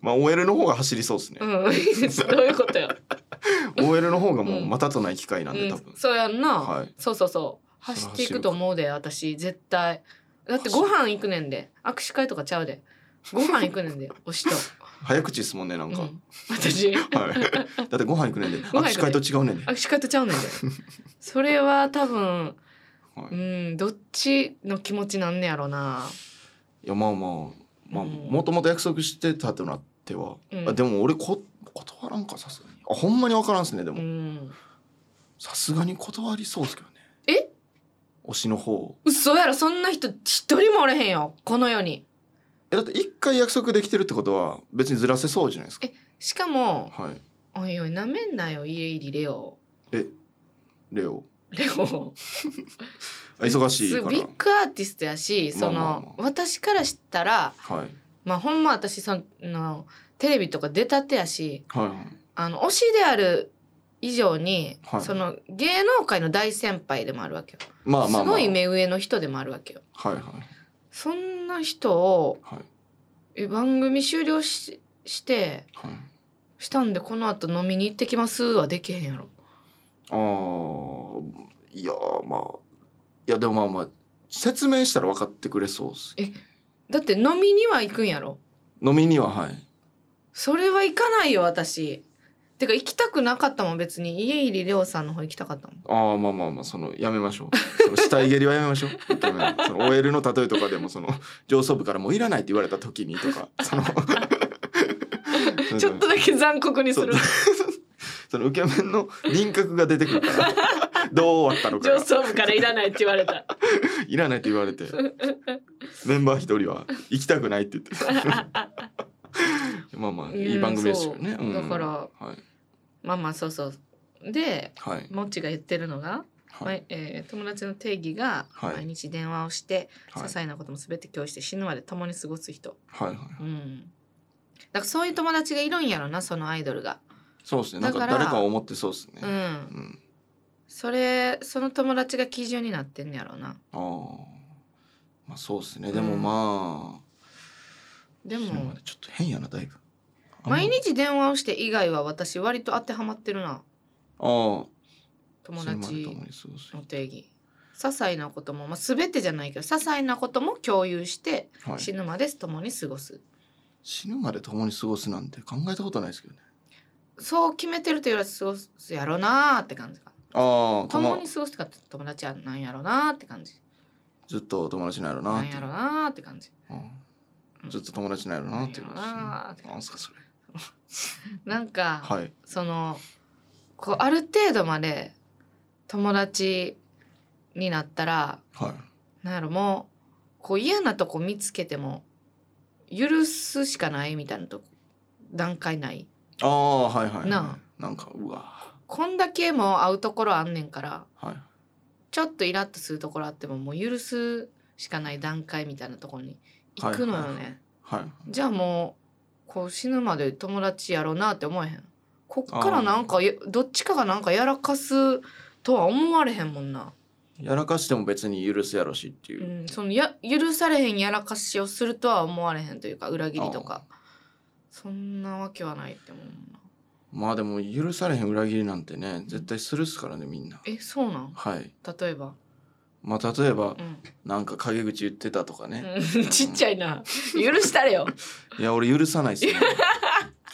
S2: まあ OL の方が走りそうですね
S1: う。、う
S2: [laughs]
S1: ん、いいですどういうことよ。
S2: OL の方がもううんまたとない機会なんで多分、
S1: うん、そうやんな、
S2: はい
S1: そうそうそう走っていくと思うで私絶対だってご飯行くねんで握手会とかちゃうでご飯行くね
S2: [laughs]
S1: んで推しと、
S2: 早口ですもんねな
S1: うんん
S2: か、、
S1: 私
S2: はいだってご飯行くねんで
S1: [laughs] ご飯行くね
S2: 握手会と違うねんで、
S1: 握手会とちゃうねんでそれは多分
S2: はい、
S1: う
S2: い
S1: んどっちの気持ちなんねやろな
S2: やまあまあまあ
S1: うん
S2: もともと約束してたとなっては、
S1: うん
S2: あでも俺こ断らんかさすがにあほんまに分からんっすねで
S1: う
S2: も
S1: ん
S2: さすがに断りそうっすけどね
S1: え
S2: 推しの方
S1: 嘘やろそんな人一人もおれへんよこの世に
S2: えだって一回約束できてるってことは別にずらせそうじゃないですか
S1: しかも
S2: はい
S1: おいおいなめんなよ家入りレオ
S2: レオ
S1: レオ
S2: あ忙しい
S1: す
S2: から
S1: ビッグアーティストやしその、
S2: まあまあま
S1: 私からしたら
S2: はい
S1: まあほんま私そのテレビとか出たてやし
S2: はいはい
S1: あの推しである以上に、
S2: はい
S1: その芸能界の大先輩でもあるわけよ、
S2: まあまあまあ
S1: すごい目上の人でもあるわけよ
S2: はいはい
S1: そんな人を
S2: はい
S1: え番組終了しして
S2: はい
S1: したんでこの後飲みに行ってきますはできへんやろ
S2: あーいやーまあいやでもまあまあ説明したら分かってくれそうっす
S1: だって飲みには行くんやろ
S2: 飲みにははい
S1: それは行かないよ私てか行きたくなかったもん別に家入りょうさんの方行きたかったもん
S2: ああまあまあまあそのやめまし
S1: [laughs]
S2: ょうその死体蹴りはやめましょう一回目その OL の例えとかでもその上層部から「もういらない」って言われた時にとか
S1: [laughs]
S2: その
S1: ちょっとだけ残酷にす
S2: そう
S1: る
S2: [laughs] その受け面の輪郭が出てくるからどう終わったのか
S1: 上
S2: が
S1: 層部からいらないって言われた
S2: いらないって言われてメンバー一人は行きたくないっ
S1: [laughs]
S2: て言って。まあまあ [laughs] いい番組ですよね。
S1: うんそうだから
S2: はい
S1: まあまあそうそうで
S2: はい
S1: もっちが言ってるのが、
S2: は
S1: まあ
S2: い
S1: えー友達の定義が、
S2: はい
S1: 毎日電話をして、
S2: はい
S1: 些細なことも全て共有して死ぬまで共に過ごす人
S2: はいはい。
S1: うんだからそういう友達がいるんやろなそのアイドルが
S2: そうですね。なんか
S1: だから
S2: 誰かを思ってそうですね
S1: う。
S2: うんん。
S1: それその友達が基準になってんねやろな
S2: ああまあそうですね。でも
S1: うん
S2: ま
S1: で
S2: あ死ぬ
S1: も
S2: までちょっと変やなだいぶ。あんま
S1: 毎日電話をして以外は私割と当てはまってるな
S2: ああ
S1: 友
S2: 死ぬまで
S1: 達
S2: 共に過ごす
S1: の定義些細なことも、まあ、全てじゃないけど些細なことも共有して
S2: はい
S1: 死ぬまで共に過ごす、
S2: 死ぬまで共に過ごすなんて考えたことないですけどね。
S1: そう決めてると言われて過ごすやろなーって感じか
S2: あ
S1: 共
S2: あ共
S1: に過ごすってか友達はなんやろなーって感じ
S2: ずっと友達なんやろな
S1: な
S2: っ
S1: ん
S2: て
S1: やろなーって感じ
S2: うんずっと友達なんやろなっていうことですね。
S1: なんやろなって
S2: なんすかそれ。
S1: なんか、
S2: はい。
S1: そのこうある程度まで友達になったら
S2: はい。
S1: なんやろもうこう嫌なとこ見つけても許すしかないみたいなとこ段階ない
S2: ああはいはいはい
S1: な
S2: なんかうわ
S1: こんだけもう会うところあんねんから
S2: はい
S1: ちょっとイラッとするところあってももう許すしかない段階みたいなところに行くのよね、
S2: はいはいはい
S1: じゃあもうこう死ぬまで友達やろうなって思えへんこっからなんかやどっちかがなんかやらかすとは思われへんもんな、
S2: やらかしても別に許すやろしっていうう、
S1: ん、そのや許されへんやらかしをするとは思われへんというか裏切りとかそんなわけはないって思うもんな
S2: まあでも許されへん裏切りなんてね絶対するっすからねみんな
S1: えそうなん
S2: はい
S1: 例えば、
S2: まあ例えば [laughs]
S1: うん
S2: なんか陰口言ってたとかね、
S1: うん、ちっちゃいな許したれ
S2: [laughs]
S1: よ
S2: いや俺許さないっすね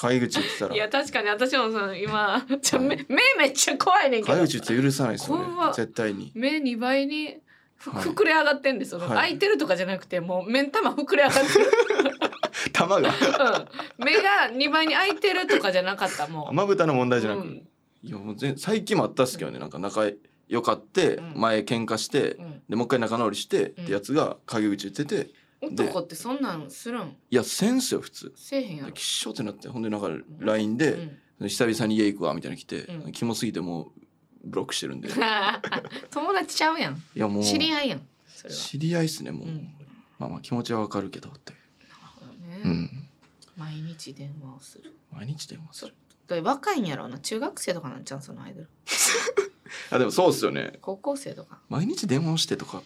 S2: 陰口言ってたら
S1: いや確かに私もその今ちょ
S2: はい
S1: 目目めっちゃ怖いねんけど
S2: 陰口言って許さないっすよね
S1: 怖っ
S2: 絶対に
S1: 目2倍にふ
S2: はい
S1: 膨れ上がってんです、その
S2: はい
S1: 開いてるとかじゃなくてもう目ん玉膨れ上がって
S2: [laughs]
S1: る、
S2: 玉が
S1: うん、目が2倍に開いてるとかじゃなかったもう。
S2: まぶたの問題じゃなく、
S1: うん
S2: いやもうぜ最近もあったっすけどねなんか仲良かって、
S1: うん
S2: 前喧嘩して
S1: うん
S2: でもう一回仲直りして、ってやつが陰口言っててで
S1: 男ってそんなんするん
S2: いやせんすよ普通
S1: せえへんやろ
S2: で。きっしょってなってほんでなんか LINE で、
S1: うん
S2: 久々に家行くわみたいなの来て、
S1: うん
S2: キモすぎてもうブロックしてるんでい
S1: [laughs] 友達ちゃうやん
S2: やもう
S1: 知り合いやんそれは
S2: 知り合いっすねもう、
S1: うん
S2: まあまあ気持ちはわかるけどって
S1: ね
S2: うん
S1: 毎日電話をする
S2: 毎日電話する
S1: だから若いんやろうな中学生とかなんちゃうんそのアイドル
S2: あでもそうっすよね
S1: 高校生とか
S2: 毎日電話をしてとか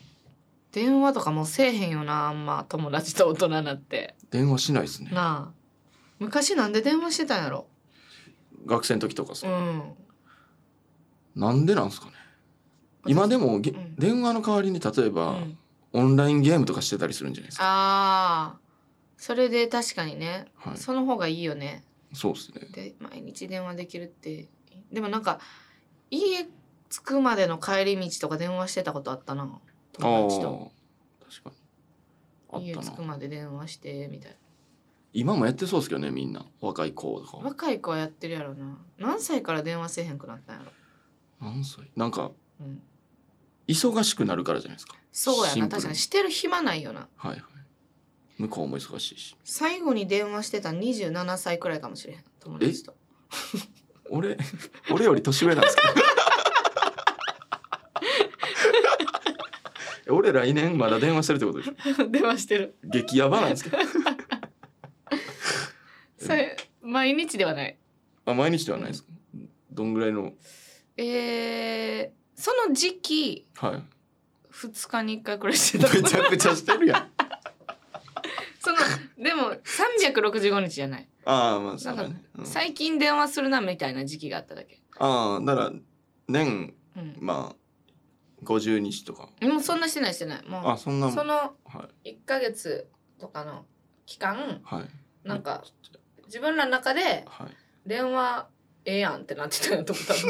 S1: 電話とかもうせえへんよなあんま友達と大人なって
S2: 電話しないですね
S1: なあ昔なんで電話してたんやろ
S2: 学生の時とか
S1: う
S2: さ、
S1: ん
S2: なんでなんですかね今で
S1: も、
S2: もげ、
S1: うん
S2: 電話の代わりに例えば、
S1: うん
S2: オンラインゲームとかしてたりするんじゃないですか
S1: ああそれで確かにね、
S2: はい
S1: その方がいいよね
S2: そうっすね
S1: で毎日電話できるってでもなんか家着くまでの帰り道とか電話してたことあったな
S2: ああ
S1: 友達と
S2: 確かに
S1: 家
S2: あっ
S1: 着
S2: た
S1: く
S2: な
S1: まで電話してみたいな
S2: 今もやってそうですけどねみんな若い子とかは
S1: 若い子はやってるやろな何歳から電話せえへんくなったんやろ、
S2: 何歳なんか
S1: うん、
S2: 忙しくなるからじゃないですか
S1: そうや
S2: シン
S1: な
S2: プル
S1: 確かにしてる暇ないよな
S2: はいはい向こうも忙しいし
S1: 最後に電話してた27歳くらいかもしれへん友達と
S2: 俺俺より年上な
S1: [laughs]
S2: んですけど俺来年まだ電話してるってことでしょ
S1: [laughs] 電話してる
S2: 激ヤバなんですけど、
S1: [laughs] それ毎日ではない
S2: まあ、毎日ではないですどんぐらいの
S1: えー、その時期
S2: はい
S1: 2日に1回くらいしてた
S2: めちゃくちゃしてるやん
S1: そのでも365日じゃない
S2: ああまあそ
S1: な
S2: うん
S1: か
S2: だね、うん
S1: 最近電話するなみたいな時期があっただけ
S2: ああなら年
S1: うん
S2: まあ50日とか
S1: もうそんなしてないしてないも
S2: あそん
S1: う
S2: なもん
S1: その
S2: はい
S1: 1ヶ月とかの期間
S2: はい
S1: なんか自分らの中で
S2: はい
S1: 電話ええやんってなってたんやと思
S2: [laughs]
S1: ったの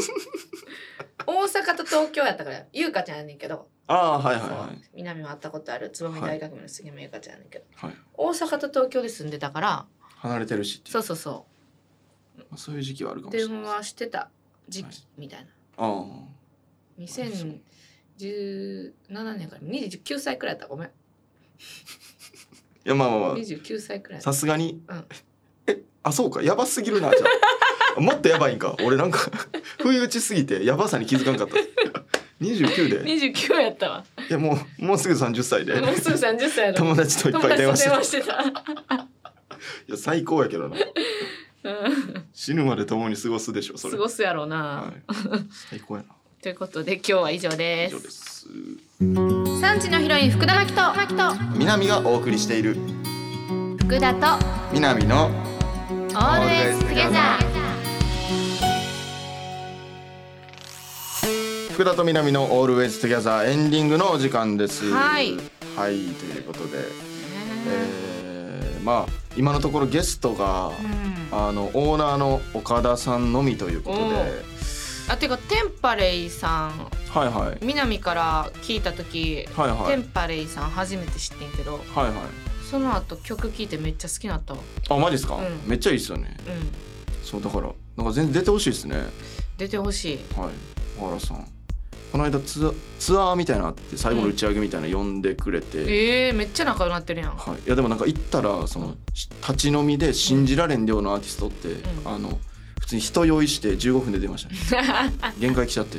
S1: 大阪と東京やったから優香ちゃんやねんけど、
S2: ああはいはいは
S1: そう南も会ったことあるつぼみ大学部の杉山優香ちゃんやねんけど、
S2: いはい
S1: 大阪と東京で住んでたから
S2: 離れてるしっていう
S1: そうそうそ
S2: まあそういう時期はあるか
S1: う
S2: もしれない
S1: 電
S2: です
S1: 話してた時
S2: はい
S1: 期みたいな、
S2: あ
S1: 2017年から29歳くらいやったごめん
S2: あいやまあまあまあ
S1: 29歳くらい
S2: さすがに、
S1: うん
S2: えあそうかやばすぎるなじゃ
S1: [laughs]
S2: あもっとやばいんか俺なんか不意打ちすぎてやばさに気づかんかった29でい
S1: 29やったわ
S2: やもうもうすぐ30歳で
S1: もうすぐ30歳やろ
S2: 友達といっ
S1: 友
S2: ぱい
S1: 達
S2: 電
S1: と
S2: 話して
S1: 電
S2: たい
S1: 話してた
S2: や最高やけど
S1: う
S2: な
S1: ん
S2: 死ぬまで共に過ごすでしょそれ
S1: 過ごすやろうな、 [laughs]
S2: はい、最高やな
S1: ということで今日は以上
S2: 以
S1: で
S2: 上
S1: す
S2: です
S1: 産地のヒロイン福田真希と真希と
S2: 南がお送りしている
S1: 福田と
S2: 南の
S1: オ
S2: ール
S1: ー
S2: ウ
S1: ル
S2: ェイ
S1: ウェイ
S2: ズ
S1: ズ
S2: ト
S1: トゥ
S2: ゥゲ
S1: ゲ
S2: ザ
S1: ザー
S2: 福田と南のオールウェイズトゥギャザーエンディングのお時間です
S1: はい
S2: はいということで、えー、まあ今のところゲストが、あのオーナーの岡田さんのみということで、
S1: おうあていうかテンパレイさん
S2: はいはい
S1: 南から聞いた時、
S2: はいは
S1: テ
S2: い
S1: ンパレイさん初めて知ってんけど
S2: はいはい
S1: その後曲聴いてめっちゃ好きになったわ
S2: あマジですか、
S1: うん
S2: めっちゃいいですよね
S1: うん
S2: そうだからなんか全然出てほしいですね
S1: 出てほしい
S2: はい小原さんこの間ツアツアーみたいなのあって最後の打ち上げみたいなの呼んでくれて、
S1: えー、めっちゃ仲良くなってるやん
S2: はい、いやでもなんか行ったらそのし立ち飲みで信じられん量のアーティストって、
S1: ん
S2: あの普通に人用意して15分で出ました
S1: [laughs]
S2: ね限界来ちゃって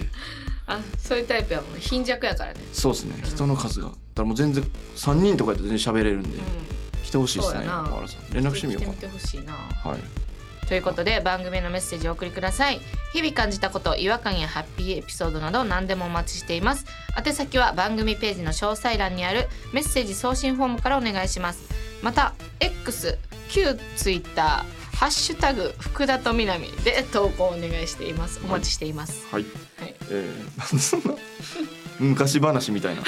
S1: あそういうタイプやもん貧弱やからね
S2: そうですね人の数がだからもう全然3人とかやったら全然喋れるんで、
S1: うん
S2: 来てほしいですね
S1: そうやな
S2: 小原さん連絡してみよ
S1: 来て
S2: う
S1: みてほしいな
S2: かはい
S1: ということで番組へのメッセージをお送りください日々感じたこと違和感やハッピーエピソードなど何でもお待ちしています宛先は番組ページの詳細欄にあるメッセージ送信フォームからお願いしますまた X 旧 Twitter ハッシュタグ福田と南で投稿お願いしていますお待ちしています、
S2: はい、
S1: はい
S2: えー、そん
S1: [laughs]
S2: な昔話みたいな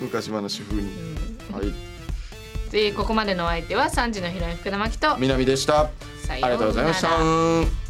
S2: 昔話風にはい
S1: でここまでのお相手は3時のヒロイン福田真希と
S2: 南でしたあ
S1: さ
S2: りがとうございました
S1: ようなら